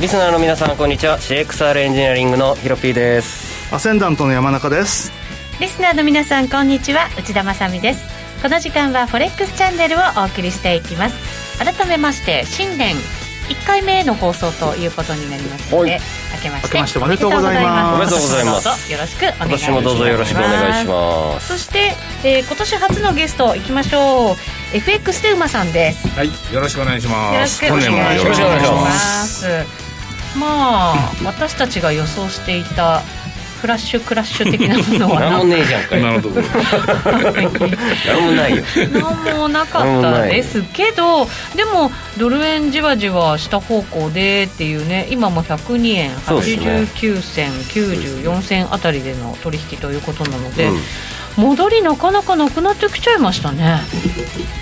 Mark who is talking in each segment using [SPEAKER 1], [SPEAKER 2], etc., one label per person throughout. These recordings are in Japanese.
[SPEAKER 1] リスナーの皆さんこんにちは CXR エンジニアリングのヒロピーです
[SPEAKER 2] アセンダントの山中です
[SPEAKER 3] リスナーの皆さんこんにちは内田まさみですこの時間はフォレックスチャンネルをお送りしていきます改めまして新年1回目の放送ということになりますの
[SPEAKER 1] は
[SPEAKER 3] で
[SPEAKER 1] い
[SPEAKER 3] 明けまして
[SPEAKER 2] 明けましておめでとうございます
[SPEAKER 1] おめでとうございます
[SPEAKER 3] どうぞよろしくお
[SPEAKER 1] 今
[SPEAKER 3] 願いします
[SPEAKER 1] 年もどうぞよろしくお願いします
[SPEAKER 3] そして、えー今年初のゲストいきましょう FX で馬さんです
[SPEAKER 4] はい、よろしくお願いし
[SPEAKER 3] よ
[SPEAKER 4] ま
[SPEAKER 3] ろし
[SPEAKER 4] す。
[SPEAKER 3] くお願いします
[SPEAKER 1] よろしくお願いします
[SPEAKER 3] まあ私たちが予想していたフラッシュクラッシュ的なものは
[SPEAKER 1] 何もねえじゃんかい
[SPEAKER 4] 今のところ。
[SPEAKER 1] 何もないよ
[SPEAKER 3] なんもなかったですけどでもドル円じわじわ下方向でっていうね今も102円
[SPEAKER 1] そうですね
[SPEAKER 3] 89銭、94銭あたりでの取引ということなので、
[SPEAKER 1] う
[SPEAKER 3] 戻りなかなかなくなってきちゃいましたね。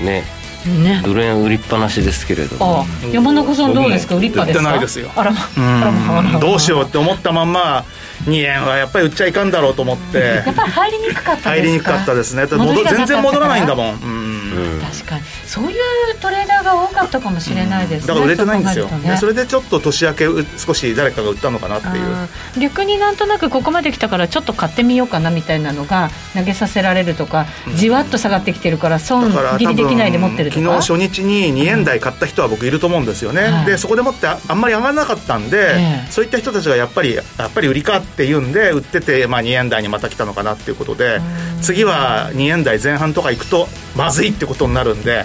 [SPEAKER 1] んね
[SPEAKER 3] ね
[SPEAKER 1] ドル円売りっぱなしですけれども
[SPEAKER 3] ああ山中さんどうですか売りっぱですか
[SPEAKER 2] 売ってないですよ
[SPEAKER 3] あらまあらまあらま
[SPEAKER 2] どうしようって思ったまんま2円はやっぱり売っちゃいかんだろうと思って
[SPEAKER 3] やっぱり入りにくかったですか
[SPEAKER 2] 入りにくかったですねだって戻
[SPEAKER 3] 戻りがなか
[SPEAKER 2] 全然
[SPEAKER 3] ったから
[SPEAKER 2] 戻らないんだもんうん
[SPEAKER 1] うん
[SPEAKER 3] 確かにそういうトレーダーが多かったかもしれないですね、
[SPEAKER 2] だから売れてないんですよ
[SPEAKER 3] そう考えると
[SPEAKER 2] で
[SPEAKER 3] ね
[SPEAKER 2] それでちょっと年明けう少し誰かが売ったのかなっていう
[SPEAKER 3] あー逆になんとなくここまで来たからちょっと買ってみようかなみたいなのが投げさせられるとかじわっと下がってきてるから損
[SPEAKER 2] だから
[SPEAKER 3] 切
[SPEAKER 2] 多分
[SPEAKER 3] りできないで持って
[SPEAKER 2] 昨
[SPEAKER 3] ると
[SPEAKER 2] 日
[SPEAKER 3] か
[SPEAKER 2] 初日に2円台買った人は僕いると思うんですよね、
[SPEAKER 3] はい
[SPEAKER 2] でそこでもってああんまり上がらなかったんで、
[SPEAKER 3] ええ
[SPEAKER 2] そういった人たちがやっぱりやっぱり売りかっていうんで売ってて、まあ、2円台にまた来たのかなっていうことで次は2円台前半とか行くとまずいってことになるんで、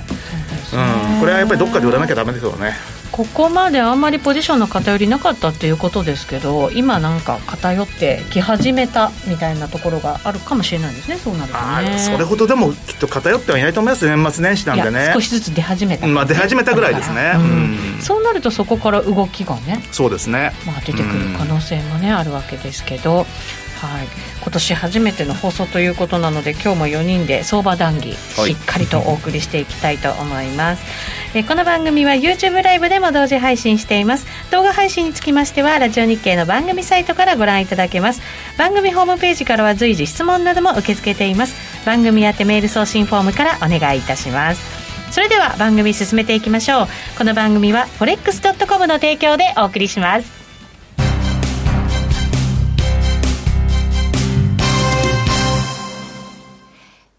[SPEAKER 2] うん、これはやっぱりどっかで売らなきゃダメですよね
[SPEAKER 3] ここまであんまりポジションの偏りなかったっていうことですけど今なんか偏ってき始めたみたいなところがあるかもしれないですねそうなると
[SPEAKER 2] あー
[SPEAKER 3] ね
[SPEAKER 2] それほどでもきっと偏ってはいないと思います年末年始なんで
[SPEAKER 3] い
[SPEAKER 2] ね
[SPEAKER 3] や少しずつ出始めた、
[SPEAKER 2] まあ出始めたぐらいですね
[SPEAKER 3] うん
[SPEAKER 2] うん
[SPEAKER 3] そうなるとそこから動きがね
[SPEAKER 2] そうですね
[SPEAKER 3] まあ、出てくる可能性も、ねあるわけですけど、はい、今年初めての放送ということなので今日も4人で相場談義
[SPEAKER 1] はい
[SPEAKER 3] しっかりとお送りしていきたいと思います、えーこの番組は YouTube ライブでも同時配信しています動画配信につきましてはラジオ日経の番組サイトからご覧いただけます番組ホームページからは随時質問なども受け付けています番組宛てメール送信フォームからお願いいたしますそれでは番組進めていきましょうこの番組は forex.com の提供でお送りします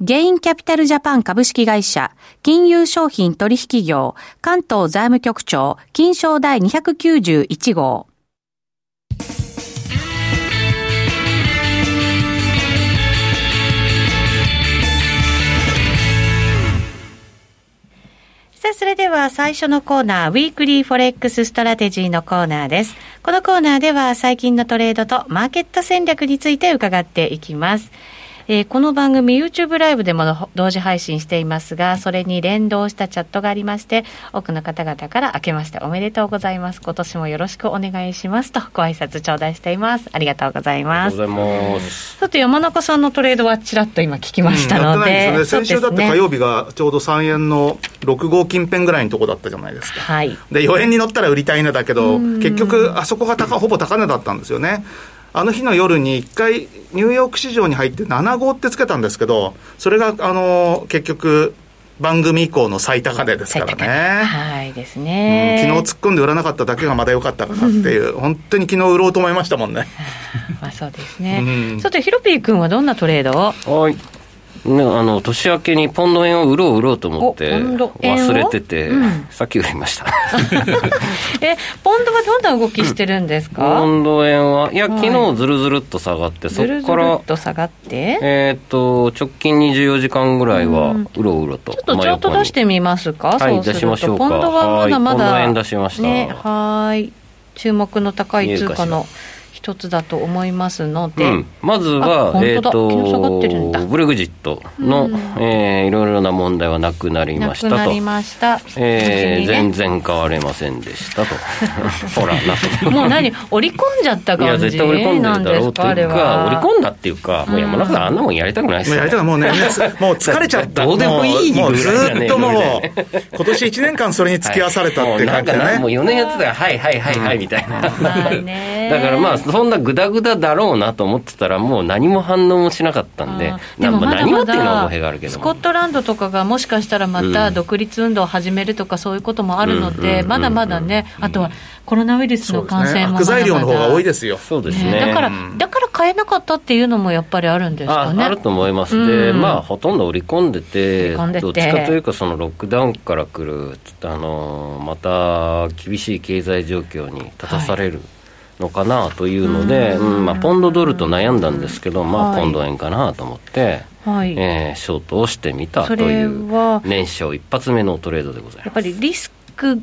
[SPEAKER 5] ゲインキャピタルジャパン株式会社、金融商品取引業、関東財務局長、金賞第291号。
[SPEAKER 3] さあ、それでは最初のコーナー、ウィークリーフォレックスストラテジーのコーナーです。このコーナーでは最近のトレードとマーケット戦略について伺っていきます。えーこの番組 YouTube ライブでも同時配信していますが、それに連動したチャットがありまして、多くの方々から明けましておめでとうございます。今年もよろしくお願いしますとご挨拶頂戴しています。ありがとうござい
[SPEAKER 1] あ
[SPEAKER 3] ま
[SPEAKER 1] り
[SPEAKER 3] す。
[SPEAKER 1] がとうございます
[SPEAKER 3] ちょっと山中さんのトレードはちらっと今聞きました
[SPEAKER 2] やって
[SPEAKER 3] の
[SPEAKER 2] ない
[SPEAKER 3] で、
[SPEAKER 2] んですよね先週だって
[SPEAKER 3] そうですね
[SPEAKER 2] 火曜日がちょうど3円の6号近辺ぐらいのとこだったじゃないですか
[SPEAKER 3] はい。
[SPEAKER 2] で4円に乗ったら売りたいんだけど結局あそこが高ほぼ高値だったんですよねあの日の夜に1回ニューヨーク市場に入って7号ってつけたんですけどそれがあの結局番組以降の最高値です
[SPEAKER 3] 最
[SPEAKER 2] か
[SPEAKER 3] 高値
[SPEAKER 2] らね。
[SPEAKER 3] はいです
[SPEAKER 2] うん
[SPEAKER 3] ね。
[SPEAKER 2] 昨日突っ込んで売らなかっただけがまだ良かったかなって いう、本当に昨日売ろうと思いましたもんね。
[SPEAKER 3] まあそうです
[SPEAKER 2] う
[SPEAKER 3] ね
[SPEAKER 2] ん。
[SPEAKER 3] さて、ヒロピー君はどんなトレードを
[SPEAKER 1] はい。ね、あの年明けにポンド円を売ろう売ろうと思って
[SPEAKER 3] おポンド円を
[SPEAKER 1] 忘れてて、
[SPEAKER 3] うん
[SPEAKER 1] さっき売りま した
[SPEAKER 3] え、ポンドはどんな動きしてるんです
[SPEAKER 1] ポ
[SPEAKER 3] か
[SPEAKER 1] ンド円はいや
[SPEAKER 3] はい
[SPEAKER 1] 昨日ずるずるっと下がって、
[SPEAKER 3] ずる
[SPEAKER 1] そ
[SPEAKER 3] ず
[SPEAKER 1] こ
[SPEAKER 3] る
[SPEAKER 1] から
[SPEAKER 3] っと下がって。
[SPEAKER 1] えっ、と直近24時間ぐらいはうろうろと
[SPEAKER 3] ちょっとチャー
[SPEAKER 1] 真横
[SPEAKER 3] ト
[SPEAKER 1] に
[SPEAKER 3] 出してみますか、
[SPEAKER 1] はい
[SPEAKER 3] そう
[SPEAKER 1] 出
[SPEAKER 3] す
[SPEAKER 1] し
[SPEAKER 3] る
[SPEAKER 1] ましょ
[SPEAKER 3] と、
[SPEAKER 1] うか
[SPEAKER 3] ポンドはまだまだ、
[SPEAKER 1] はいポンド円出しました
[SPEAKER 3] ね、はーい、注目の高い通貨の一つだと思いますので、
[SPEAKER 1] うん、まず
[SPEAKER 3] あ
[SPEAKER 1] は、
[SPEAKER 3] 本
[SPEAKER 1] えっ
[SPEAKER 3] 当だ昨日下がってるんだ
[SPEAKER 1] とブレグジットの、えーいろいろな問題はなくなり
[SPEAKER 3] な
[SPEAKER 1] ました
[SPEAKER 3] く
[SPEAKER 1] と
[SPEAKER 3] なりました。
[SPEAKER 1] えー
[SPEAKER 3] 無事に
[SPEAKER 1] 全
[SPEAKER 3] ね
[SPEAKER 1] 然買われませんでした とほらなと
[SPEAKER 3] もう何、織り込んじゃった
[SPEAKER 1] いや
[SPEAKER 3] 感じ
[SPEAKER 1] 絶対織り込んで
[SPEAKER 3] な
[SPEAKER 1] る
[SPEAKER 3] ん
[SPEAKER 1] だ
[SPEAKER 3] で
[SPEAKER 1] ろ
[SPEAKER 3] す
[SPEAKER 1] うと
[SPEAKER 3] か、あ
[SPEAKER 1] い
[SPEAKER 3] れ
[SPEAKER 1] うか織り
[SPEAKER 3] は。
[SPEAKER 1] 込んだっていうかもう山中さんあんなもんやりたくないっす
[SPEAKER 2] もう
[SPEAKER 1] よ
[SPEAKER 2] やりたくないもうね、みんな つもう疲れちゃった。
[SPEAKER 1] どうでもいい
[SPEAKER 2] もうもう
[SPEAKER 1] ぐ
[SPEAKER 2] ず
[SPEAKER 1] らいだね
[SPEAKER 2] ーっともう
[SPEAKER 1] みたい、
[SPEAKER 2] 今年1年間それに付き合わされたっていう感じで
[SPEAKER 1] もうなんかなもう
[SPEAKER 2] ね。
[SPEAKER 1] 4年やってたからはいはいはいはいみたいな、
[SPEAKER 3] まあね
[SPEAKER 1] だからまあそんなグダグダだろうなと思ってたらもう何も反応もしなかったんで
[SPEAKER 3] あー
[SPEAKER 1] な
[SPEAKER 3] で
[SPEAKER 1] ん
[SPEAKER 3] も
[SPEAKER 1] か
[SPEAKER 3] まだ
[SPEAKER 1] 何も
[SPEAKER 3] ま
[SPEAKER 1] っていうのは語弊があるけ
[SPEAKER 3] だ
[SPEAKER 1] ど
[SPEAKER 3] ス
[SPEAKER 1] も
[SPEAKER 3] コットランドとかがもしかしたらまた独立運動を始めるとかそういうこともあるので、
[SPEAKER 1] うん
[SPEAKER 3] まだまだね、あとはコロナウイルス
[SPEAKER 2] そ
[SPEAKER 3] の
[SPEAKER 2] うで
[SPEAKER 3] 感
[SPEAKER 2] すね
[SPEAKER 3] 染もまだまだ
[SPEAKER 2] 悪材料の方が多いですよ。
[SPEAKER 1] そうですね
[SPEAKER 3] ねだから
[SPEAKER 2] うん
[SPEAKER 3] だから買えなかったっていうのもやっぱりあるんですか
[SPEAKER 1] あ
[SPEAKER 3] ね。
[SPEAKER 1] あると思います、で
[SPEAKER 3] うん
[SPEAKER 1] まあほとんど織り込んでて
[SPEAKER 3] り込んでて
[SPEAKER 1] どっちかというかそのロックダウンから来るあのーまた厳しい経済状況に立たされるのかなというので、うんまあ、ポンドドルと悩んだんですけど、まあ
[SPEAKER 3] はい
[SPEAKER 1] ポンド円かなと思って、
[SPEAKER 3] はい、
[SPEAKER 1] えーショートをしてみたと
[SPEAKER 3] それ
[SPEAKER 1] いう
[SPEAKER 3] は
[SPEAKER 1] 年初一発目のトレードでござい
[SPEAKER 3] やっ
[SPEAKER 1] ま
[SPEAKER 3] ぱりリスク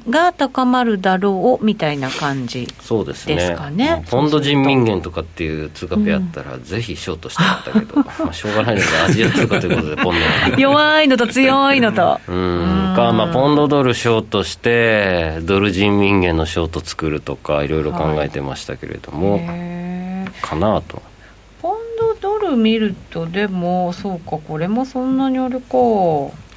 [SPEAKER 3] が高まるだろうみたいな感 じ。
[SPEAKER 1] すそうですね
[SPEAKER 3] ですかね
[SPEAKER 1] ポンド人民元とかっていう通貨ペアあった ら、ぜひショートしたかったけど、まあ、しょうがないのでアジア通貨ということでポンド円
[SPEAKER 3] 弱いのと強いのと。
[SPEAKER 1] うんか、まあ、ポンドドルショートして、ドル人民元のショート作るとか、いろいろ考えてましたけれど も、
[SPEAKER 3] へー
[SPEAKER 1] かなと。
[SPEAKER 3] ポンドドル見るとでもそうかこれもそんなにあれか。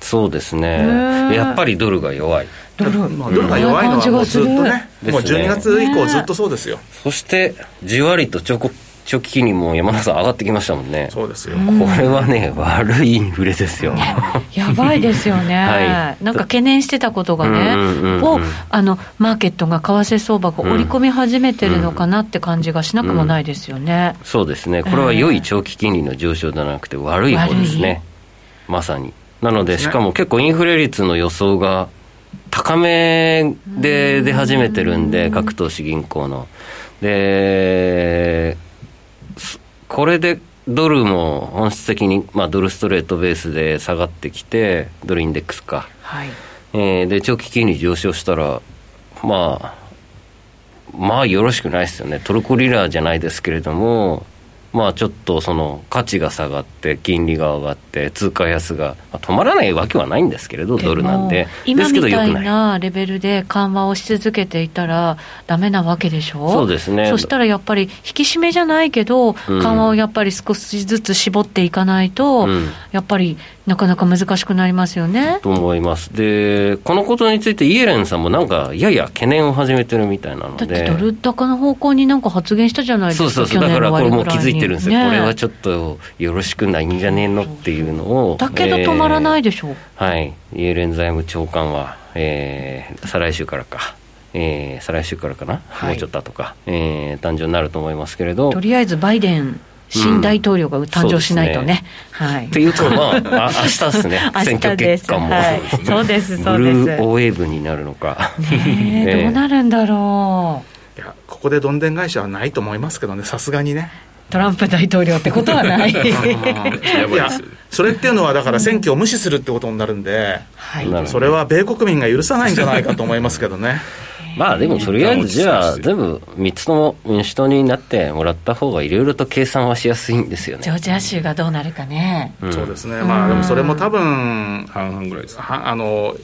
[SPEAKER 1] そうです
[SPEAKER 3] へ
[SPEAKER 1] ね。
[SPEAKER 3] ー
[SPEAKER 1] やっぱりドルが弱い。
[SPEAKER 3] ドル
[SPEAKER 2] まあドルが弱いのはもうずっとね、
[SPEAKER 1] うん
[SPEAKER 2] もう12月以降ずっとそうですよ。
[SPEAKER 1] そして、じわりとチョコ、チョキにも山田さん上がってきましたもんね。こ
[SPEAKER 2] そうですよ。
[SPEAKER 1] れはね、悪いインフレですよ。
[SPEAKER 3] やばいですよね、
[SPEAKER 1] はい
[SPEAKER 3] なんか懸念してたことが
[SPEAKER 1] うんうんうんう
[SPEAKER 3] ね、
[SPEAKER 1] ん
[SPEAKER 3] をあのマーケットが為替相場が織り込み始めてるのかなって感じがしなくもないですよね。
[SPEAKER 1] そうですね。これは良い長期金利の上昇ではなくて悪い方ですね。まさに。なので、
[SPEAKER 2] です
[SPEAKER 1] し
[SPEAKER 2] ね
[SPEAKER 1] かも結構インフレ率の予想が高めで出始めてるんで、各投資銀行の。で、すこれでドルも本質的に、まあドルストレートベースで下がってきて、ドルインデックスか。
[SPEAKER 3] はい、
[SPEAKER 1] えーで、長期金利上昇したら、まあ、まあよろしくないですよね、トルコリラじゃないですけれども、まあちょっとその価値が下がって、金利が上がって、通貨安が、まあ止まらないわけはないんですけれど、ドルなんで、
[SPEAKER 3] でも
[SPEAKER 1] ですけど
[SPEAKER 3] 今み
[SPEAKER 1] よ
[SPEAKER 3] た
[SPEAKER 1] くな
[SPEAKER 3] い
[SPEAKER 1] い。
[SPEAKER 3] なレベルで緩和をし続けていたら、ダメなわけでしょ
[SPEAKER 1] そうですね
[SPEAKER 3] そしたらやっぱり、引き締めじゃないけど、
[SPEAKER 1] うん
[SPEAKER 3] 緩和をやっぱり少しずつ絞っていかないと、
[SPEAKER 1] うん
[SPEAKER 3] やっぱりなかなか難しくなりますよね。
[SPEAKER 1] と思いますでこのことについてイエレンさんもなんかやや懸念を始めてるみたいなの
[SPEAKER 3] だ
[SPEAKER 1] で
[SPEAKER 3] ってドル高の方向になんか発言したじゃないです
[SPEAKER 1] そう
[SPEAKER 3] か、
[SPEAKER 1] そうそう
[SPEAKER 3] 去
[SPEAKER 1] だ
[SPEAKER 3] 年
[SPEAKER 1] から
[SPEAKER 3] の
[SPEAKER 1] これ
[SPEAKER 3] 終わ
[SPEAKER 1] もう気
[SPEAKER 3] りぐら
[SPEAKER 1] づ
[SPEAKER 3] い
[SPEAKER 1] い
[SPEAKER 3] に
[SPEAKER 1] てるんですよ、
[SPEAKER 3] ね
[SPEAKER 1] これはちょっとよろしくないんじゃねえのっていうのを
[SPEAKER 3] だけど止まらないでしょう、
[SPEAKER 1] はい、イエレン財務長官は、えー再来週からか、えー再来週からかな、
[SPEAKER 3] はい
[SPEAKER 1] もうちょっと後か、えー誕生になると思いますけれど。
[SPEAKER 3] とりあえずバイデン新大統領が誕生しないとね、はい
[SPEAKER 1] っていうか、ま あ、あ明日ですね
[SPEAKER 3] 明日です
[SPEAKER 1] 選挙結果も、
[SPEAKER 3] はいそうですそうです
[SPEAKER 1] ブルーオーウェーブになるのか、
[SPEAKER 3] ねえ
[SPEAKER 1] ええ
[SPEAKER 3] どうなるんだろう
[SPEAKER 2] いや、ここでどんでん返しはないと思いますけどね、さすがにね。
[SPEAKER 3] トランプ大統領ってこと はない
[SPEAKER 2] いや、それっていうのはだから選挙を無視するってことになるんで、
[SPEAKER 3] はい
[SPEAKER 1] なる
[SPEAKER 2] それは米国民が許さないんじゃないかと思いますけどね。
[SPEAKER 1] まあでもとりあえずじゃあ全部3つとも民主党になってもらった方がいろいろと計算はしやすいんですよ
[SPEAKER 3] ジ
[SPEAKER 1] ね
[SPEAKER 3] ョージア州がどうなるかね
[SPEAKER 1] ん
[SPEAKER 2] そうですね。まあでもそれも多分、
[SPEAKER 4] 半々ぐらいです。
[SPEAKER 2] はあの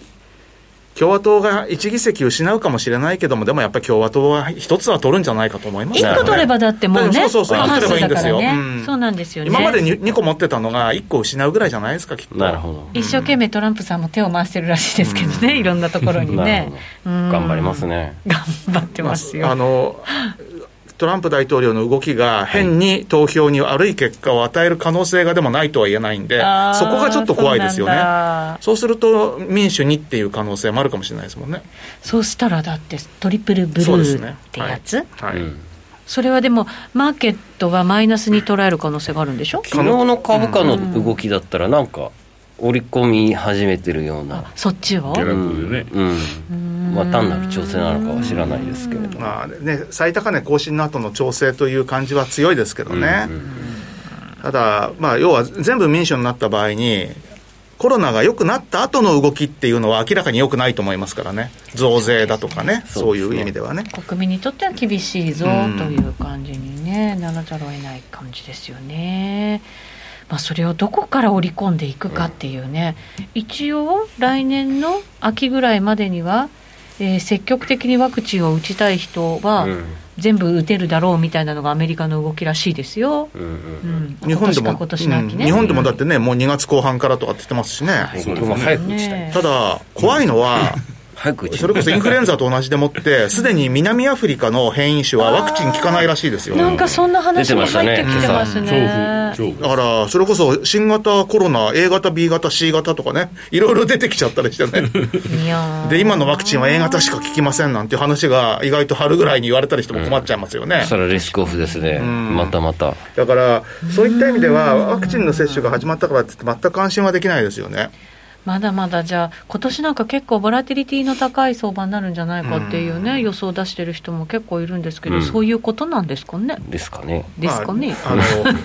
[SPEAKER 2] 共和党が1議席失うかもしれないけども、でもやっぱり共和党は一つは取るんじゃないかと思います
[SPEAKER 3] 一
[SPEAKER 1] なる
[SPEAKER 3] 個
[SPEAKER 1] ほど
[SPEAKER 3] 取ればだってもうね
[SPEAKER 2] そうそうそう
[SPEAKER 3] 過半数だから
[SPEAKER 2] 一個取ればいいんですよ
[SPEAKER 3] ね
[SPEAKER 2] うん
[SPEAKER 3] そうなんですよね
[SPEAKER 2] 今まで 2, 個持ってたのが1個失うぐらいじゃないですか、きっと。
[SPEAKER 1] なるほど
[SPEAKER 3] 一生懸命トランプさんも手を回してるらしいですけどね、いろんなところに
[SPEAKER 1] なるほ
[SPEAKER 3] ね
[SPEAKER 1] ど
[SPEAKER 3] うん
[SPEAKER 1] 頑張りますね
[SPEAKER 3] 頑張ってますよ、
[SPEAKER 2] あのトランプ大統領の動きが変に投票に悪い結果を与える可能性がでもないとは言えないんで、
[SPEAKER 3] あー
[SPEAKER 2] そこがちょっと怖いですよ
[SPEAKER 3] そう
[SPEAKER 2] ね。
[SPEAKER 3] なんだ
[SPEAKER 2] そうすると民主にっていう可能性もあるかもしれないですもんね。
[SPEAKER 3] そうしたらだってトリプルブル
[SPEAKER 2] そうです
[SPEAKER 3] ー
[SPEAKER 2] ね
[SPEAKER 3] ってやつそ,、
[SPEAKER 2] はい。
[SPEAKER 1] うん
[SPEAKER 3] れはでもマーケットはマイナスに捉える可能性があるんでしょ
[SPEAKER 1] 昨日の株価の動きだったらなんか織り込み始めてるような、
[SPEAKER 3] そっちを
[SPEAKER 4] 下
[SPEAKER 1] う
[SPEAKER 4] 落
[SPEAKER 1] ん
[SPEAKER 4] でね、
[SPEAKER 1] うんまあ、単なる調整なのかは知らないですけれども、
[SPEAKER 2] まあね、最高値更新の後の調整という感じは強いですけどね、ただ、まあ、要は全部民主になった場合に、コロナが良くなった後の動きっていうのは明らかに良くないと思いますからね、増税だとかね、
[SPEAKER 1] そ
[SPEAKER 2] そうう
[SPEAKER 1] ですね
[SPEAKER 2] いう意味ではね。
[SPEAKER 3] 国民にとっては厳しいぞと
[SPEAKER 2] うん
[SPEAKER 3] いう感じに、ねならざるを得ない感じですよね。まあ、それをどこから織り込んでいくかっていうね、一応、来年の秋ぐらいまでには、えー積極的にワクチンを打ちたい人は
[SPEAKER 1] うん
[SPEAKER 3] 全部打てるだろうみたいなのがアメリカの動きらしいですよ。
[SPEAKER 1] うんうん
[SPEAKER 3] うん、
[SPEAKER 2] 日本で
[SPEAKER 3] 今年
[SPEAKER 2] も、
[SPEAKER 3] か今年の秋
[SPEAKER 2] うん
[SPEAKER 3] ね
[SPEAKER 2] 日本でもだってね、もう2月後半からとかって言ってますしね、
[SPEAKER 1] 僕も早く打ちたい、
[SPEAKER 3] ね
[SPEAKER 2] ただ、怖いのは、
[SPEAKER 1] 早く打ちた
[SPEAKER 2] それ
[SPEAKER 1] い
[SPEAKER 2] こそインフルエンザと同じでもって、すでに南アフリカの変異種はワクチン効かないらしいですよ。
[SPEAKER 3] なんかそんな話も
[SPEAKER 1] 出てましたね
[SPEAKER 3] 入ってきてます
[SPEAKER 4] 調
[SPEAKER 3] ね。
[SPEAKER 4] 布、調布
[SPEAKER 2] だ。から、それこそ新型コロナ、A 型、B 型、C 型とかね、いろいろ出てきちゃったりし てね、
[SPEAKER 3] いやー
[SPEAKER 2] で、今のワクチンは A 型しか効きませんなんていう話が、意外と春ぐらいに言われたりしても困っちゃいますよね
[SPEAKER 1] そし。たらリスクオフですね、またまた、
[SPEAKER 2] だから、そういった意味では、ワクチンの接種が始まったからってって、全く安心はできないですよね。
[SPEAKER 3] まだまだじゃあ、今年なんか結構、ボラティリティの高い相場になるんじゃないかっていうね、予想を出してる人も結構いるんですけど、
[SPEAKER 1] うん
[SPEAKER 3] そういうことなんですかね。
[SPEAKER 1] ですかね
[SPEAKER 3] ですかね。
[SPEAKER 2] まあ、あ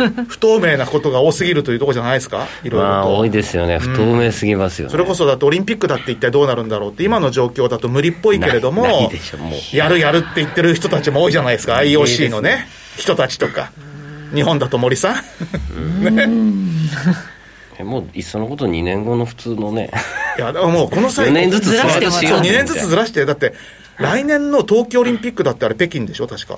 [SPEAKER 2] の不透明なことが多すぎるというところじゃないですか、いろい
[SPEAKER 1] まあ多
[SPEAKER 2] ろ
[SPEAKER 1] い
[SPEAKER 2] と。
[SPEAKER 1] ですよね不透明すぎますよね、
[SPEAKER 2] それこそだってオリンピックだって一体どうなるんだろうって、今の状況だと無理っぽいけれど
[SPEAKER 1] ないない
[SPEAKER 2] も
[SPEAKER 1] でしょもう、
[SPEAKER 2] やるやるって言ってる人たちも多いじゃないですか、IOC のね、人たちとか。日本だと森 さん
[SPEAKER 1] えもういっそのこと2年後の普通のね
[SPEAKER 2] いや、だからもうこの際、
[SPEAKER 1] 四年ずつ
[SPEAKER 3] ずらしてもらう
[SPEAKER 2] そう、2年ずつずらして、だって、来年の東京オリンピックだってあれ北京でしょ、確か。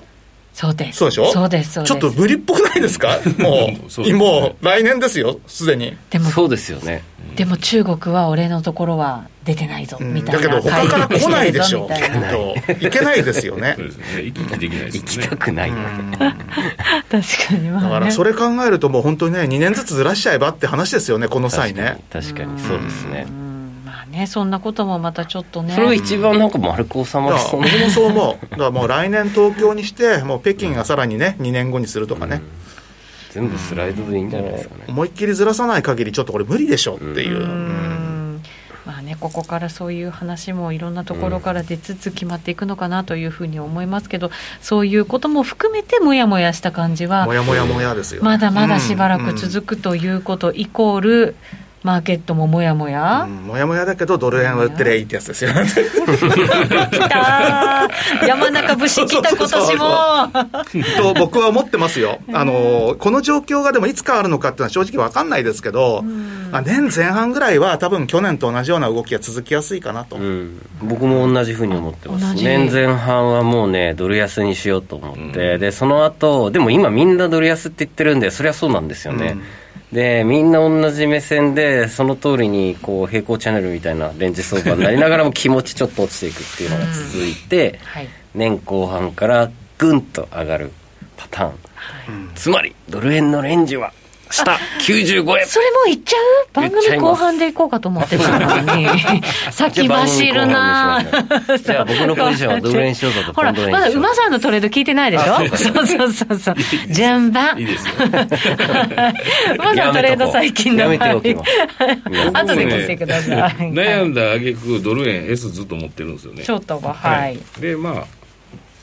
[SPEAKER 3] そうです。
[SPEAKER 2] そうでしょ
[SPEAKER 3] そうです、そうで
[SPEAKER 2] ち
[SPEAKER 3] す。
[SPEAKER 2] ょっと無理っぽくないです かも
[SPEAKER 4] そう
[SPEAKER 2] う、
[SPEAKER 4] ですね
[SPEAKER 2] もう来年ですよ、すでに。
[SPEAKER 3] でも、
[SPEAKER 1] そうですよね
[SPEAKER 3] でも中国は俺のところは出てないぞ、
[SPEAKER 2] うん
[SPEAKER 3] みたい
[SPEAKER 2] だ
[SPEAKER 3] な。
[SPEAKER 2] けど、他から来ないでしょ、き
[SPEAKER 3] 帰ってきてるぞみたいな
[SPEAKER 2] っと。いけないですよね
[SPEAKER 4] そう。ですね。行き来できないです
[SPEAKER 1] 行
[SPEAKER 4] もん
[SPEAKER 1] き
[SPEAKER 4] ね。
[SPEAKER 1] たくない、
[SPEAKER 3] 確かに、まあ、
[SPEAKER 2] だ
[SPEAKER 3] ね。
[SPEAKER 2] から、それ考えると、もう本当にね、2年ずつずらしちゃえばって話ですよね、この際
[SPEAKER 1] 確か
[SPEAKER 2] ね
[SPEAKER 1] に。確かにそうですね
[SPEAKER 3] うんまあね、そんなこともまたちょっとね。
[SPEAKER 1] それが一番なんか丸く収ま
[SPEAKER 2] だ
[SPEAKER 1] りそ
[SPEAKER 2] から
[SPEAKER 1] う
[SPEAKER 2] 僕
[SPEAKER 1] な
[SPEAKER 2] もそう思う、だからもう来年東京にして、もう北京がさらにね、2年後にするとかね、
[SPEAKER 1] 全部スライドでいいんじゃないですかね
[SPEAKER 2] 思いっきりずらさない限り、ちょっとこれ、無理でしょっていう、
[SPEAKER 3] うんまあね、ここからそういう話もいろんなところから出つつ決まっていくのかなというふうに思いますけど、そういうことも含めてもやもやした感じ
[SPEAKER 2] うんも
[SPEAKER 3] は
[SPEAKER 2] やもやもやですよ、
[SPEAKER 3] まだまだしばらく
[SPEAKER 2] く、
[SPEAKER 3] 続くということイコールマーケットももやも
[SPEAKER 2] うん
[SPEAKER 3] や、
[SPEAKER 2] もやもやだけど、ドル円は売ってりゃいいってやつで すよ、東
[SPEAKER 3] 来たー山中節来た今年も
[SPEAKER 2] と僕は思ってますよ、あのこの状況がでもいつ変わるのかっていうのは正直わかんないですけど、まあ、年前半ぐらいは、多分去年と同じような動きが続きやすいかなと。
[SPEAKER 1] うん、僕も同じふうに思ってま
[SPEAKER 3] 同
[SPEAKER 1] す
[SPEAKER 3] じ
[SPEAKER 1] 年前半はもうねドル安にしようと思って、でその後でも今みんなドル安って言ってるんでそりゃそうなんですよね、でみんな同じ目線でその通りにこう平行チャンネルみたいなレンジ相場になりながらも気持ちちょっと落ちていくっていうのが続いて、
[SPEAKER 3] はい
[SPEAKER 1] 年後半からぐんと上がるパターン、つまりドル円のレンジは下95円
[SPEAKER 3] それもういっちゃう番
[SPEAKER 1] 言っちゃ
[SPEAKER 3] 組
[SPEAKER 1] います
[SPEAKER 3] 後半でいこうかと思ってたのに先 走るな
[SPEAKER 1] じゃあ番組後半にしましょうじゃあ僕のポジションはドル円ショートと
[SPEAKER 3] ほ
[SPEAKER 1] ポ
[SPEAKER 3] ら、
[SPEAKER 1] ンド円ショート
[SPEAKER 3] まだ馬さんのトレード聞いてないでしょそうそうそうそう。順番。
[SPEAKER 4] いいですよ。
[SPEAKER 3] 馬さんトレード最近の。
[SPEAKER 1] やめておきます
[SPEAKER 3] はい後で聞いてください。
[SPEAKER 4] 悩
[SPEAKER 3] はい
[SPEAKER 4] んだ挙句ドル円 S ずっと持ってるんですよね
[SPEAKER 3] ショートが、はい。
[SPEAKER 4] でまあ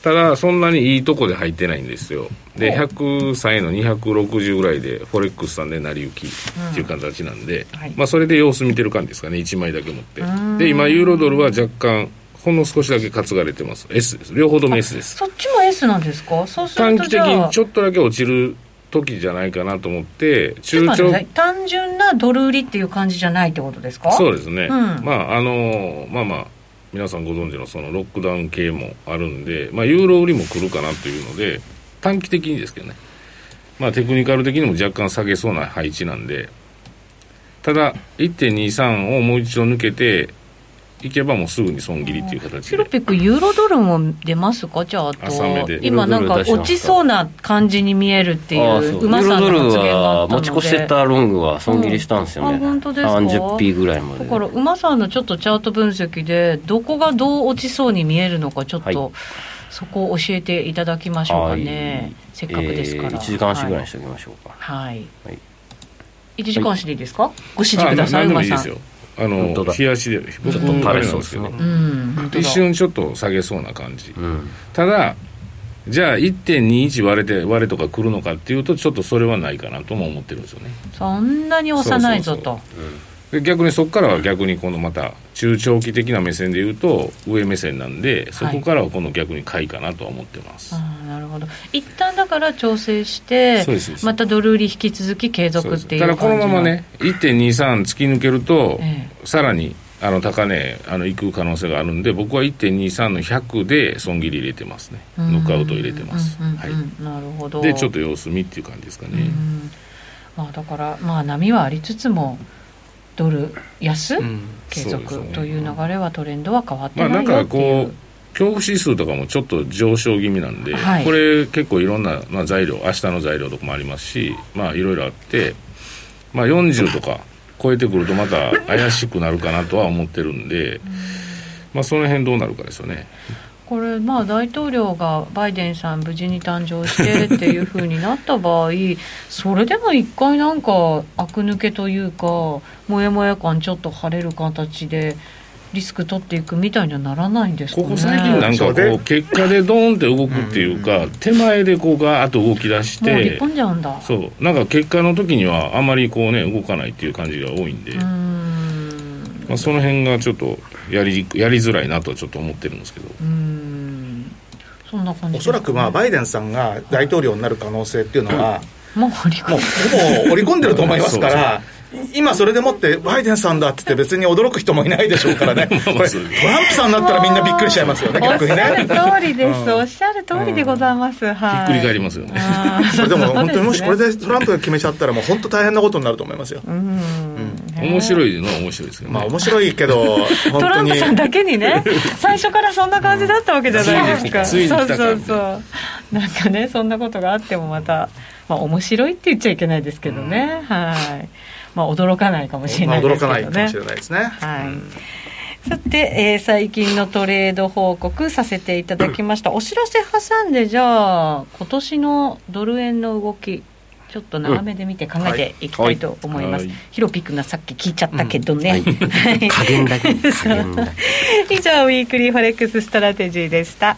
[SPEAKER 4] ただそんなにいいとこで入ってないんですよで103円の260ぐらいでフォレックスさんで成り行きっていう形なんで、
[SPEAKER 3] はい
[SPEAKER 4] まあそれで様子見てる感じですかね1枚だけ持ってで今ユーロドルは若干ほんの少しだけ担がれてます S です両方とも S です
[SPEAKER 3] そっちも S なんですかそうする
[SPEAKER 4] 短
[SPEAKER 3] と
[SPEAKER 4] 期
[SPEAKER 3] じ
[SPEAKER 4] 的
[SPEAKER 3] ゃ
[SPEAKER 4] に
[SPEAKER 3] あ、
[SPEAKER 4] ちょっとだけ落ちる時じゃないかなと思って
[SPEAKER 3] ちょ
[SPEAKER 4] 中
[SPEAKER 3] っと待ってく
[SPEAKER 4] 長
[SPEAKER 3] ださい単純なドル売りっていう感じじゃないってことですか
[SPEAKER 4] そう
[SPEAKER 3] う
[SPEAKER 4] ですね、
[SPEAKER 3] ん
[SPEAKER 4] まああのまあまあ皆さんご存知のそのロックダウン系もあるんで、まあ、ユーロ売りも来るかなというので短期的にですけどね、まあ、テクニカル的にも若干下げそうな配置なんでただ1.23をもう一度抜けて行けばもうすぐに損切りっていう形
[SPEAKER 3] シロ
[SPEAKER 4] で。
[SPEAKER 3] ピック、ユーロドルも出ますか、じゃあ、あと
[SPEAKER 4] 浅めで、
[SPEAKER 3] 今、なんか
[SPEAKER 1] ユーロドル出しました
[SPEAKER 3] 落ちそうな感じに見えるってい、
[SPEAKER 1] ああそうう
[SPEAKER 3] うまさ
[SPEAKER 1] ユ
[SPEAKER 3] の
[SPEAKER 1] ー
[SPEAKER 3] 発
[SPEAKER 1] ロド
[SPEAKER 3] 言
[SPEAKER 1] ル
[SPEAKER 3] があ
[SPEAKER 1] は
[SPEAKER 3] ったの
[SPEAKER 1] 持
[SPEAKER 3] で、
[SPEAKER 1] ち越してたロングは損切りしたんですよね、
[SPEAKER 3] うんあ本当ですか
[SPEAKER 1] 30P ぐらいまで
[SPEAKER 3] だから、うまさんのちょっとチャート分析で、どこがどう落ちそうに見えるのか、ちょっと、
[SPEAKER 1] はい
[SPEAKER 3] そこを教えていただきましょうかね、せっかくですから。
[SPEAKER 1] えー1時間足ぐらい
[SPEAKER 3] は
[SPEAKER 1] に
[SPEAKER 3] い
[SPEAKER 1] しておきましょうか、
[SPEAKER 3] はい
[SPEAKER 1] はい
[SPEAKER 3] 1時間足でいいですか、ご指示
[SPEAKER 4] あ
[SPEAKER 3] ください、
[SPEAKER 4] 何で
[SPEAKER 3] う
[SPEAKER 4] も
[SPEAKER 3] ま
[SPEAKER 4] いいで
[SPEAKER 3] さ
[SPEAKER 4] す
[SPEAKER 3] ん
[SPEAKER 4] よ。。あ
[SPEAKER 1] 本当
[SPEAKER 4] の、
[SPEAKER 1] だ
[SPEAKER 4] 冷やしで、僕
[SPEAKER 1] ちょっと垂
[SPEAKER 4] あ
[SPEAKER 1] れ
[SPEAKER 4] れな
[SPEAKER 1] そ
[SPEAKER 4] ん
[SPEAKER 1] う
[SPEAKER 4] で
[SPEAKER 1] ですす
[SPEAKER 4] け
[SPEAKER 1] ね
[SPEAKER 4] ど、
[SPEAKER 3] うん、本当
[SPEAKER 4] 一
[SPEAKER 3] だ
[SPEAKER 4] 瞬ちょっと下げそうな感じ。
[SPEAKER 1] うん
[SPEAKER 4] ただ、じゃあ1.21割れて、割れとか来るのかっていうと、ちょっとそれはないかなとも思ってるんですよね。
[SPEAKER 3] そんなに押さないぞと。
[SPEAKER 4] そうで逆にそこからは逆にこのまた中長期的な目線で言うと上目線なんでそこからは今度逆に買いかなとは思ってます、
[SPEAKER 3] あーなるほど一旦だから調整して
[SPEAKER 4] そうですそうです
[SPEAKER 3] またドル売り引き続き継
[SPEAKER 4] そ
[SPEAKER 3] 続
[SPEAKER 4] う
[SPEAKER 3] っ
[SPEAKER 4] です
[SPEAKER 3] ていう
[SPEAKER 4] ただこのまま
[SPEAKER 3] 感じが
[SPEAKER 4] ね1.23突き抜けると、
[SPEAKER 3] え
[SPEAKER 4] さらにあの高値あの行く可能性があるんで僕は1.23の100で損切り入れてますね
[SPEAKER 3] うん
[SPEAKER 4] ノックアウト入れてます、
[SPEAKER 3] うんうんうん
[SPEAKER 4] はい
[SPEAKER 3] なるほど
[SPEAKER 4] でちょっと様子見っていう感じですかね、
[SPEAKER 3] うんまあだからまあ波はありつつもドル安、
[SPEAKER 2] うん
[SPEAKER 3] 継
[SPEAKER 4] そうです
[SPEAKER 3] 続
[SPEAKER 4] ね
[SPEAKER 3] という流れはトレンドは変わって
[SPEAKER 4] まあ、
[SPEAKER 3] な
[SPEAKER 4] なん
[SPEAKER 3] いよ
[SPEAKER 4] か
[SPEAKER 3] ってい
[SPEAKER 4] こ
[SPEAKER 3] う
[SPEAKER 4] う、恐怖指数とかもちょっと上昇気味なんで、
[SPEAKER 3] はい
[SPEAKER 4] これ、結構いろんな、まあ、材料、明日の材料とかもありますし、まあ、いろいろあって、まあ、40とか超えてくると、また怪しくなるかなとは思ってるんで、まあ、その辺どうなるかですよね。
[SPEAKER 3] これまあ大統領がバイデンさん無事に誕生してっていうふうになった場合それでも一回なんかあく抜けというかもやもや感ちょっと晴れる形でリスク取っていくみたいにはならないんですか
[SPEAKER 4] こ
[SPEAKER 3] ね
[SPEAKER 4] こ最近なんか
[SPEAKER 2] そうで
[SPEAKER 4] こう、結果でドーンって動くっていうか、手前でこう、ガーッと動き出し
[SPEAKER 3] もう日
[SPEAKER 4] て、
[SPEAKER 3] 本じゃうんだ
[SPEAKER 4] そう、なんか結果の時には、あまりこうね、動かないっていう感じが多いんで。
[SPEAKER 3] うーん
[SPEAKER 4] まあ、その辺がちょっとやりやりづらいなとはちょっと思ってるんですけど、
[SPEAKER 3] うーんそんな感じ
[SPEAKER 2] おそらくまあバイデンさんが大統領になる可能性っていうのは、
[SPEAKER 3] もうあり
[SPEAKER 2] もうほぼ織り込んでると思いますから
[SPEAKER 4] そ、
[SPEAKER 2] 今それでもって、バイデンさんだって言って、別に驚く人もいないでしょうからね、これ、トランプさんだったらみんなびっくりしちゃいますよ ね、
[SPEAKER 3] おっ
[SPEAKER 2] 逆
[SPEAKER 3] し
[SPEAKER 2] に
[SPEAKER 3] ゃる
[SPEAKER 2] ね。
[SPEAKER 3] 通りです、おっしゃる通りでございます、
[SPEAKER 4] ひ
[SPEAKER 3] はい
[SPEAKER 4] っくり返りますよね。
[SPEAKER 3] あー
[SPEAKER 2] これでも本当にもし
[SPEAKER 3] そう
[SPEAKER 2] これ
[SPEAKER 3] すね
[SPEAKER 2] でトランプが決めちゃったら、もう本当大変なことになると思いますよ。
[SPEAKER 4] 面
[SPEAKER 3] い。
[SPEAKER 4] 白いのは面白いですけど、ね、
[SPEAKER 2] まあ面白いけど、本
[SPEAKER 3] ト
[SPEAKER 2] 当
[SPEAKER 3] ラン
[SPEAKER 2] に
[SPEAKER 3] プ。さんだけにね、最初からそんな感じだったわけじゃないですか。
[SPEAKER 4] ついに来
[SPEAKER 3] そ
[SPEAKER 4] た
[SPEAKER 3] うそうそう。なんかね、そんなことがあってもまた、まあ面白いって言っちゃいけないですけどね。はい。まあ驚かないかもしれ
[SPEAKER 2] ま
[SPEAKER 3] な
[SPEAKER 2] あ
[SPEAKER 3] いで
[SPEAKER 2] 驚
[SPEAKER 3] す
[SPEAKER 2] か
[SPEAKER 3] けど
[SPEAKER 2] な
[SPEAKER 3] ね。
[SPEAKER 2] いかもしれないですね。
[SPEAKER 3] はい。さて、えー最近のトレード報告させていただきました。お知らせ挟んで、じゃあ、今年のドル円の動き、ちょっと長めで見て考えていきたいと思います。
[SPEAKER 4] はい
[SPEAKER 3] ヒロピ君がさっき聞いちゃったけどね。
[SPEAKER 1] はい、加減だけに加減だけ
[SPEAKER 3] 以上、ウィークリーフォレックスストラテジーでした。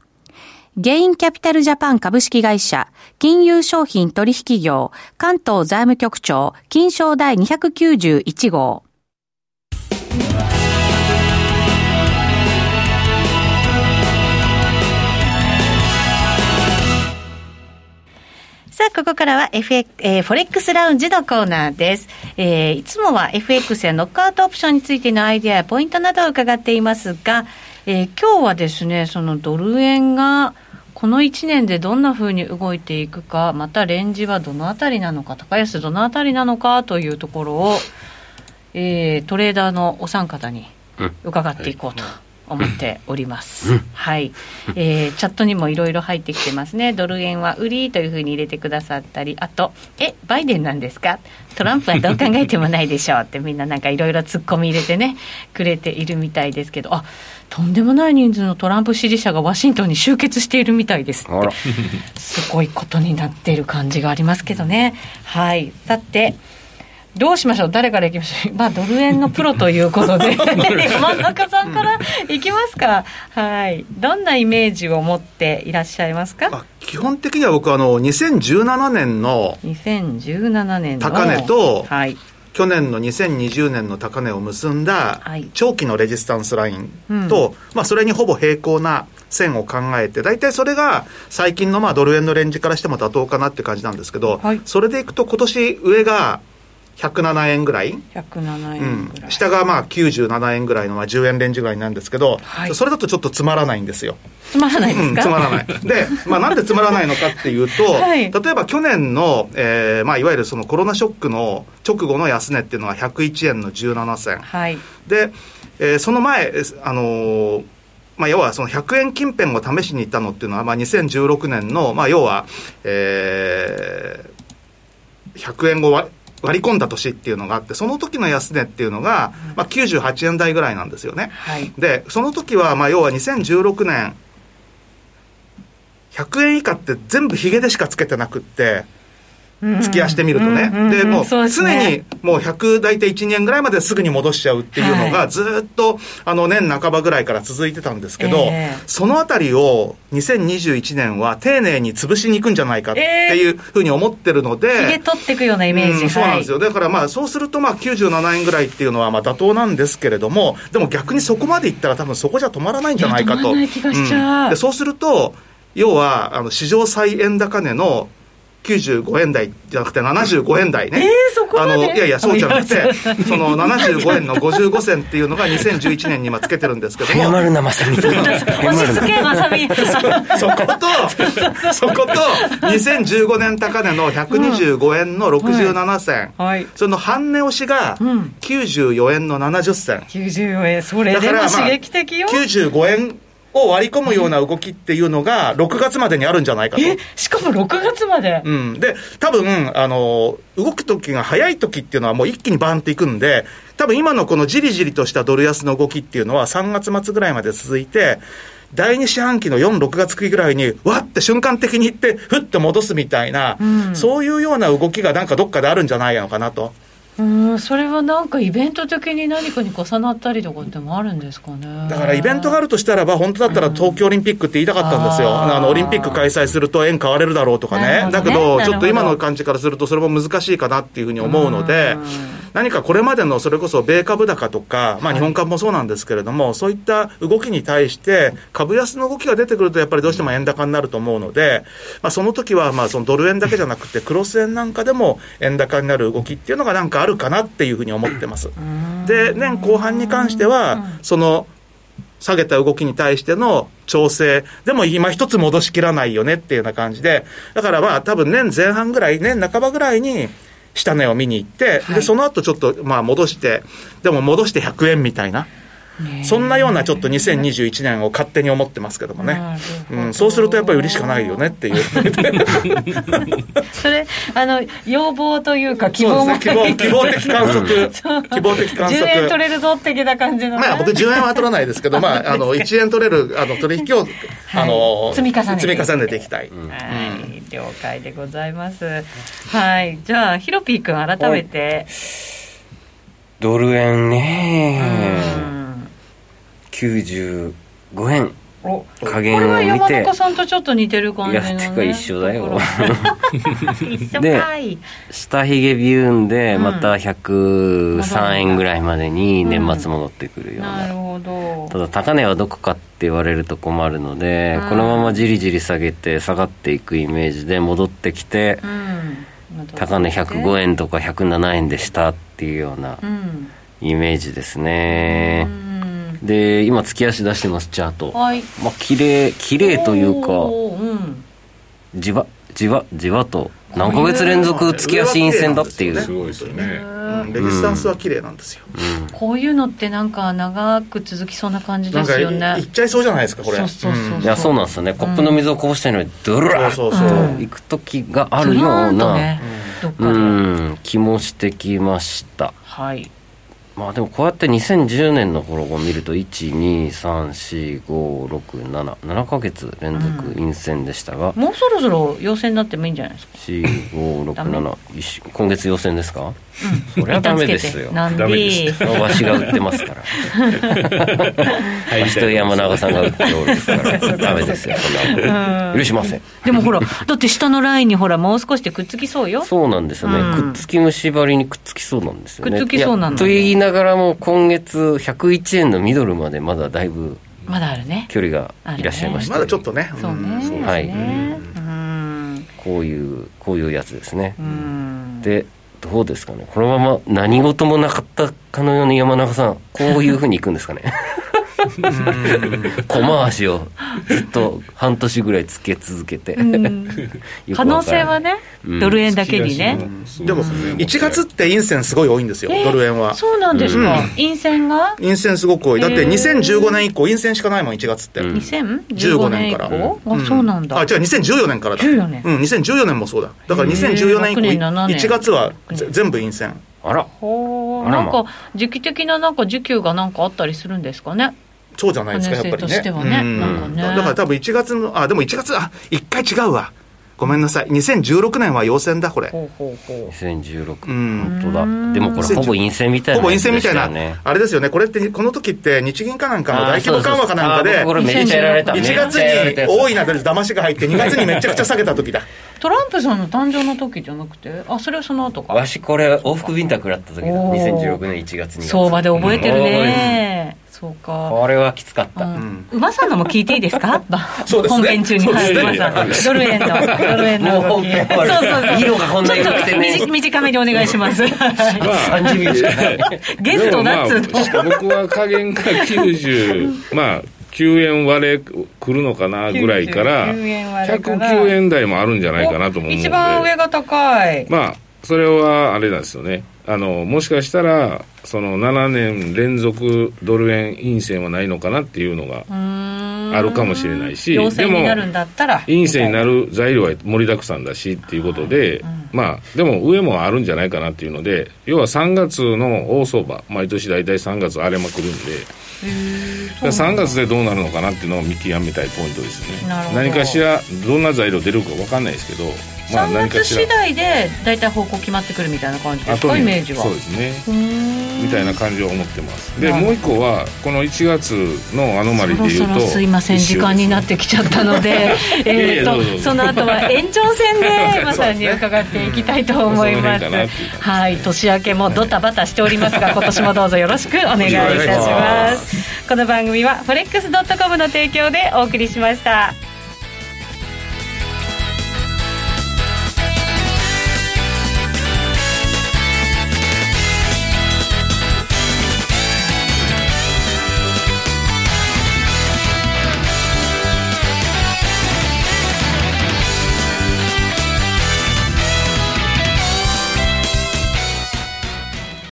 [SPEAKER 5] ゲインキャピタルジャパン株式会社、金融商品取引業、関東財務局長、金賞第291号。
[SPEAKER 3] さあ、ここからは FX、えー、フォレックスラウンジのコーナーです。えーいつもは FX やノックアウトオプションについてのアイデアやポイントなどを伺っていますが、えー今日はですねそのドル円がこの1年でどんなふうに動いていくかまたレンジはどのあたりなのか高安どのあたりなのかというところを、えートレーダーのお三方に
[SPEAKER 1] うん
[SPEAKER 3] 伺っていこうと思っております、はい、えーチャットにもいろいろ入ってきてますねドル円は売りというふうに入れてくださったりあとえバイデンなんですかトランプはどう考えてもないでしょうってみんななんかいろいろツッコミ入れてねくれているみたいですけどあとんでもない人数のトランプ支持者がワシントンに集結しているみたいですって
[SPEAKER 1] あ ら
[SPEAKER 3] すごいことになっている感じがありますけどね。はい。さて、どうしましょう誰からいきましょう まあ、ドル円のプロというこ とで、真ん中さんからいきますか。はい。どんなイメージを持っていらっしゃいます
[SPEAKER 2] ま
[SPEAKER 3] か
[SPEAKER 2] あ、基本的には僕あの2017年の
[SPEAKER 3] ?2017 年の。
[SPEAKER 2] 高値と
[SPEAKER 3] はい。
[SPEAKER 2] 去年の2020年の高値を結んだ
[SPEAKER 3] はい
[SPEAKER 2] 長期のレジスタンスラインと、まあ、それにほぼ平行な線を考えて大体それが最近のまあドル円のレンジからしても妥当かなって感じなんですけど、
[SPEAKER 3] はい
[SPEAKER 2] それでいくと今年上が107円ぐらい。
[SPEAKER 3] 107
[SPEAKER 2] う
[SPEAKER 3] 円
[SPEAKER 2] ん
[SPEAKER 3] ぐらい。
[SPEAKER 2] 下がまあ97円ぐらいのまあ10円レンジぐらいなんですけど、
[SPEAKER 3] はい
[SPEAKER 2] それだとちょっとつまらないんですよ。
[SPEAKER 3] つまらないで
[SPEAKER 2] う
[SPEAKER 3] す
[SPEAKER 2] ん、
[SPEAKER 3] か、
[SPEAKER 2] つまらない。で、まあ、なんでつまらないのかっていうと、
[SPEAKER 3] は
[SPEAKER 2] 例え
[SPEAKER 3] い
[SPEAKER 2] ば去年の、えーまあ、いわゆるそのコロナショックの直後の安値っていうのは101円の17銭。
[SPEAKER 3] はい。
[SPEAKER 2] で、えーその前、えーあのーまあ、要はその100円近辺を試しに行ったのっていうのは、まあ、2016年の、まあ、要は、えー100円を割割り込んだ年っていうのがあって、その時の安値っていうのが、まあ、98円台ぐらいなんですよね。
[SPEAKER 3] はい。
[SPEAKER 2] でその時はまあ要は2016年100円以下って全部ヒゲでしかつけてなくって突き足してみるとね、
[SPEAKER 3] うんうんうん
[SPEAKER 2] でもう
[SPEAKER 3] そうです
[SPEAKER 2] 常に
[SPEAKER 3] ね
[SPEAKER 2] もう100大体1年ぐらいまですぐに戻しちゃうっていうの
[SPEAKER 3] は
[SPEAKER 2] が
[SPEAKER 3] い
[SPEAKER 2] ずーっとあの年半ばぐらいから続いてたんですけど、
[SPEAKER 3] ええ
[SPEAKER 2] そのあたりを2021年は丁寧に潰しに行くんじゃないかっていうふうに思ってるので、
[SPEAKER 3] ひげ取っていくようなイメージ。
[SPEAKER 2] うん、そうなんですよ、だからまあそうするとまあ97円ぐらいっていうのはまあ妥当なんですけれどもでも逆にそこまでいったら多分そこじゃ止まらないんじゃないか
[SPEAKER 3] いや止
[SPEAKER 2] と
[SPEAKER 3] まらない気がしちゃうん
[SPEAKER 2] でそうすると要はあの史上最円高値の95円台じゃなくて75円台ね、
[SPEAKER 3] えーそこまで
[SPEAKER 2] あのいやいやそうじゃなく
[SPEAKER 3] いや
[SPEAKER 2] てその75円の55銭っていうのが2011年に今つけてるんですけども
[SPEAKER 1] 謝るなまさみ
[SPEAKER 3] はい。 押し付けま さみ。
[SPEAKER 2] そこと、そこと、2015年高値の125円の67銭、
[SPEAKER 3] はいはい
[SPEAKER 2] その半値押しが
[SPEAKER 3] ん
[SPEAKER 2] 94円の70銭。
[SPEAKER 3] 94円。それでも刺激的よ。
[SPEAKER 2] 95円を割り込むような動きっていうのが、6月までにあるんじゃないかと。
[SPEAKER 3] えしかも6月まで、
[SPEAKER 2] うん、で、多分、あの、動く時が早い時っていうのはもう一気にバーンっていくんで、多分今のこのじりじりとしたドル安の動きっていうのは3月末ぐらいまで続いて、第2四半期の4、6月期ぐらいに、わって瞬間的に行って、ふっと戻すみたいな、そういうような動きがなんかどっかであるんじゃないのかなと。
[SPEAKER 3] うん、それはなんかイベント的に何かに重なったりとかってもあるんですかね
[SPEAKER 2] だからイベントがあるとしたらば、本当だったら東京オリンピックって言いたかったんですよ、
[SPEAKER 3] うんあー
[SPEAKER 2] あのオリンピック開催すると円買われるだろうとかね、
[SPEAKER 3] な
[SPEAKER 2] だけ
[SPEAKER 3] るほどね
[SPEAKER 2] ど、
[SPEAKER 3] なるほど
[SPEAKER 2] ちょっと今の感じからすると、それも難しいかなっていうふうに思うので
[SPEAKER 3] うん、
[SPEAKER 2] 何かこれまでのそれこそ米株高とか、まあ、日本株もそうなんですけれども、そういった動きに対して、株安の動きが出てくると、やっぱりどうしても円高になると思うので、まあ、その時はまあそのドル円だけじゃなくて、クロス円なんかでも円高になる動きっていうのがなんかあるかなっていうふうに思ってます。で年後半に関してはその下げた動きに対しての調整でも今一つ戻しきらないよねっていうような感じでだからまあ多分年前半ぐらい年半ばぐらいに下値を見に行って、
[SPEAKER 3] はい
[SPEAKER 2] でその後ちょっとまあ戻してでも戻して100円みたいな、
[SPEAKER 3] ねえ
[SPEAKER 2] そんなようなちょっと2021年を勝手に思ってますけどもね
[SPEAKER 3] なるほ
[SPEAKER 2] う
[SPEAKER 3] ど
[SPEAKER 2] ん、そうするとやっぱり売りしかないよねっていう
[SPEAKER 3] それあの要望というか 希
[SPEAKER 2] そ
[SPEAKER 3] 望
[SPEAKER 2] う
[SPEAKER 3] も
[SPEAKER 2] ですね希望希望的観 測希望的観測
[SPEAKER 3] 10円取れるぞ的な感じのね、
[SPEAKER 2] まあ、僕10円は取らないですけど、ま あ、あの1円取れるあの取引を、あの
[SPEAKER 3] 積み重ねていく
[SPEAKER 2] ていきたい、
[SPEAKER 3] はい、了解でございます。はい、じゃあ、ヒロピー君、改めて。
[SPEAKER 1] ドル円
[SPEAKER 3] う
[SPEAKER 1] ね
[SPEAKER 3] ん
[SPEAKER 1] 95円
[SPEAKER 3] お
[SPEAKER 1] 加
[SPEAKER 3] これ
[SPEAKER 1] 減を
[SPEAKER 3] は
[SPEAKER 1] 見
[SPEAKER 3] 山
[SPEAKER 1] て
[SPEAKER 3] 中さんとちょっと似てる感じの、ね。
[SPEAKER 1] いやてか一緒だよ
[SPEAKER 3] とこ ろ一緒かい。
[SPEAKER 1] 下ひげビューンで
[SPEAKER 3] うん
[SPEAKER 1] また103円ぐらいまでに年末戻ってくるよう
[SPEAKER 3] なる
[SPEAKER 1] な、
[SPEAKER 3] ほど。
[SPEAKER 1] ただ高値はどこかって言われると困るので、
[SPEAKER 3] うん
[SPEAKER 1] このままじりじり下げて下がっていくイメージで戻ってきて、
[SPEAKER 3] うん。
[SPEAKER 1] 高値105
[SPEAKER 3] 円。
[SPEAKER 1] 円とか107円でしたっていうような
[SPEAKER 3] うん。
[SPEAKER 1] イメージですね、
[SPEAKER 3] うん
[SPEAKER 1] で今月足出してますチャート、
[SPEAKER 3] はい
[SPEAKER 1] まあ綺麗綺麗というか
[SPEAKER 3] おーうん
[SPEAKER 1] じわじわじわと何ヶ月連続月足陰線だってい
[SPEAKER 2] ね
[SPEAKER 4] す
[SPEAKER 1] う
[SPEAKER 4] ごいですよ
[SPEAKER 3] へ
[SPEAKER 4] ね。
[SPEAKER 3] ー
[SPEAKER 2] うんレジスタンスは綺麗なんですよ、
[SPEAKER 3] こういうのってなんか長く続きそうな感じ
[SPEAKER 2] な
[SPEAKER 3] で
[SPEAKER 2] んか
[SPEAKER 3] す
[SPEAKER 2] い
[SPEAKER 3] よね
[SPEAKER 2] いっちゃいそうじゃないですかこれ
[SPEAKER 3] そうそうそう
[SPEAKER 1] いやそうなんですよねコップの水をこぼしたのにドゥラ
[SPEAKER 2] そう
[SPEAKER 1] ッ
[SPEAKER 2] そうそう
[SPEAKER 1] と行く時があるよ
[SPEAKER 3] ず
[SPEAKER 1] う
[SPEAKER 3] らー
[SPEAKER 1] ん
[SPEAKER 3] と
[SPEAKER 1] な、
[SPEAKER 3] ねどっか
[SPEAKER 1] う
[SPEAKER 3] で、
[SPEAKER 1] ん気もしてきました
[SPEAKER 3] はい
[SPEAKER 1] まあでもこうやって2010年の頃を見ると1234567ヶ月連続陰線でしたが、
[SPEAKER 3] もうそろそろ陽性になってもいいんじゃないですかダメ
[SPEAKER 1] 4567今月陽線ですか、そりゃ
[SPEAKER 3] 一
[SPEAKER 1] ダ
[SPEAKER 3] 旦
[SPEAKER 1] メ
[SPEAKER 3] つけ
[SPEAKER 1] で
[SPEAKER 3] て
[SPEAKER 1] すよ
[SPEAKER 3] なん
[SPEAKER 4] ダメで
[SPEAKER 3] で
[SPEAKER 1] わしが売ってますから人山長さんが売っておるですからダメですよそんなの許しません
[SPEAKER 3] でもほらだって下のラインにほらもう少しでくっつきそうよ
[SPEAKER 1] そうなんですよね、
[SPEAKER 3] うん
[SPEAKER 1] くっつき虫張りにくっつきそうなんですよね
[SPEAKER 3] くっつきそうなの
[SPEAKER 1] いやと言いながらも今月101円のミドルまでまだだいぶ
[SPEAKER 3] まだあるね
[SPEAKER 1] 距離がいらっしゃいました
[SPEAKER 2] まだちょっとね
[SPEAKER 3] そうね
[SPEAKER 2] ん
[SPEAKER 1] はい
[SPEAKER 3] ねうん
[SPEAKER 1] こういうこういうやつですね、
[SPEAKER 3] うん
[SPEAKER 1] でどうですかねこのまま何事もなかったかのように山中さんこういうふうにいくんですかね 小回しをずっと半年ぐらいつけ続けて、
[SPEAKER 3] うん
[SPEAKER 1] よく
[SPEAKER 3] 可
[SPEAKER 1] わ
[SPEAKER 3] 能
[SPEAKER 1] からない
[SPEAKER 3] 性はね、
[SPEAKER 1] うん
[SPEAKER 3] ドル円だけにね
[SPEAKER 4] そう
[SPEAKER 2] でも
[SPEAKER 4] すね
[SPEAKER 2] 1月って陰線すごい多いんですよ、
[SPEAKER 3] えー
[SPEAKER 2] ドル円は
[SPEAKER 3] そうなんですか、
[SPEAKER 2] うん
[SPEAKER 3] 陰線が
[SPEAKER 2] 陰線すごく多いだって
[SPEAKER 3] えー
[SPEAKER 2] 2015年以降陰線しかないもん1月って、
[SPEAKER 1] うん
[SPEAKER 3] 2015
[SPEAKER 2] 15
[SPEAKER 3] 年
[SPEAKER 2] 年
[SPEAKER 3] 以
[SPEAKER 2] から
[SPEAKER 3] 降、
[SPEAKER 2] うん
[SPEAKER 3] あそうなんだ
[SPEAKER 2] あじゃあ2014年からだ
[SPEAKER 3] 14年
[SPEAKER 2] うん2014年もそうだだから
[SPEAKER 3] へー
[SPEAKER 2] 2014年以降
[SPEAKER 3] 6年7年
[SPEAKER 2] 1月はぜ全部陰線
[SPEAKER 1] あら
[SPEAKER 3] ほう
[SPEAKER 1] あら
[SPEAKER 3] な
[SPEAKER 1] ま
[SPEAKER 3] んか時期的ななんか需給がなんかあったりするんですかね
[SPEAKER 2] そうじゃないですかやっぱり
[SPEAKER 3] 可能
[SPEAKER 2] ね
[SPEAKER 3] 性としてはね
[SPEAKER 2] うん
[SPEAKER 1] なんか
[SPEAKER 3] ね
[SPEAKER 2] だから多分1月のあでも1月あ一回違うわごめんなさい2016年は陽線だこれほ
[SPEAKER 3] ほうほうほ
[SPEAKER 1] 2016、
[SPEAKER 2] うん
[SPEAKER 1] 本当だでもこれ
[SPEAKER 2] 2016
[SPEAKER 1] ほぼ陰線みたいな
[SPEAKER 2] ぼ
[SPEAKER 1] や
[SPEAKER 2] 陰
[SPEAKER 1] つ
[SPEAKER 2] 線
[SPEAKER 1] で
[SPEAKER 2] み
[SPEAKER 1] した
[SPEAKER 2] い
[SPEAKER 1] よ
[SPEAKER 2] な、
[SPEAKER 1] ね
[SPEAKER 2] あれですよねこれってこの時って日銀かなんかの
[SPEAKER 1] あー
[SPEAKER 2] 大規模緩和かな
[SPEAKER 1] そうそうそうあー
[SPEAKER 2] んかで
[SPEAKER 1] 僕これめっちゃやられた
[SPEAKER 3] あ
[SPEAKER 2] 1
[SPEAKER 3] ー
[SPEAKER 1] めっ
[SPEAKER 2] 月
[SPEAKER 1] ちゃやられた
[SPEAKER 2] に
[SPEAKER 1] やつ
[SPEAKER 2] 大いなる騙しが入って2月にめちゃくちゃ下げた時だ
[SPEAKER 3] うトランプさんの誕生の時じゃなくてあそれはその後か
[SPEAKER 1] わしこれ往復ビンタ食らった時だ
[SPEAKER 3] おー
[SPEAKER 1] 2016年1月に
[SPEAKER 3] 相場で覚えてる
[SPEAKER 1] うん
[SPEAKER 3] ね、そうか
[SPEAKER 1] これはきつかった、
[SPEAKER 3] うん、馬さんのも聞いていいです か
[SPEAKER 2] そうですね
[SPEAKER 3] 本編中に
[SPEAKER 2] そうで
[SPEAKER 3] は
[SPEAKER 2] す
[SPEAKER 3] い
[SPEAKER 2] ね
[SPEAKER 3] 馬さんドル円のドル円
[SPEAKER 1] もう
[SPEAKER 3] の動
[SPEAKER 1] 本
[SPEAKER 3] き
[SPEAKER 1] 編終わる
[SPEAKER 3] そう
[SPEAKER 1] 色がこんなに
[SPEAKER 3] ちょ
[SPEAKER 1] 良
[SPEAKER 3] っ
[SPEAKER 1] くて
[SPEAKER 3] と
[SPEAKER 1] ね
[SPEAKER 3] 短短めにお願いします
[SPEAKER 1] 30秒しかない
[SPEAKER 3] ゲストだっつう
[SPEAKER 4] でも
[SPEAKER 3] の
[SPEAKER 4] まあ僕は加減が90、まあ、9円割れくるのかなぐらいから、
[SPEAKER 3] 99円割れから
[SPEAKER 4] 109円台もあるんじゃないかなとも思うんで。
[SPEAKER 3] 一番上が高い、
[SPEAKER 4] まあ、それはあれなんですよね。あの、もしかしたら、その7年連続ドル円陰線はないのかなっていうのがあ
[SPEAKER 3] あ
[SPEAKER 4] るかもしれないし、
[SPEAKER 3] 陽性
[SPEAKER 4] で
[SPEAKER 3] に
[SPEAKER 4] も、
[SPEAKER 3] なるんだったら
[SPEAKER 4] 陰性になる材料は盛りだくさんだしっていうことで、まあでも上もあるんじゃないかなっていうので要は3月の大相場毎年大体3月荒れまくるんで3月でどうなるのかなっていうのを見極めたいポイントですね
[SPEAKER 3] なるほど
[SPEAKER 4] 何かしらどんな材料出るか分かんないですけどまあ
[SPEAKER 3] 3
[SPEAKER 4] 何
[SPEAKER 3] 月
[SPEAKER 4] かしら
[SPEAKER 3] 次第で大体方向決まってくるみたいな感じです
[SPEAKER 4] 後
[SPEAKER 3] か
[SPEAKER 4] に
[SPEAKER 3] イメージは
[SPEAKER 4] そうですね
[SPEAKER 3] うーん
[SPEAKER 4] みたいな感じを思ってますで
[SPEAKER 3] なるほど
[SPEAKER 4] もう一個はこの1月のアノマ
[SPEAKER 3] そ
[SPEAKER 4] リで
[SPEAKER 3] ろ
[SPEAKER 4] いう
[SPEAKER 3] そ
[SPEAKER 4] と
[SPEAKER 3] ろすいません時間になってきちゃったので
[SPEAKER 4] やい
[SPEAKER 3] え
[SPEAKER 4] や
[SPEAKER 3] ー
[SPEAKER 4] どう
[SPEAKER 3] と
[SPEAKER 4] ぞどうぞ
[SPEAKER 3] その後は延長戦でまさんに伺っていきたいと思います
[SPEAKER 4] そうですねうんまあその辺かなっていう感じ
[SPEAKER 3] はい年明けもドタバタしておりますが今年もどうぞよろしくお願いいたしますこの番組はフォレックス .com の提供でお送りしました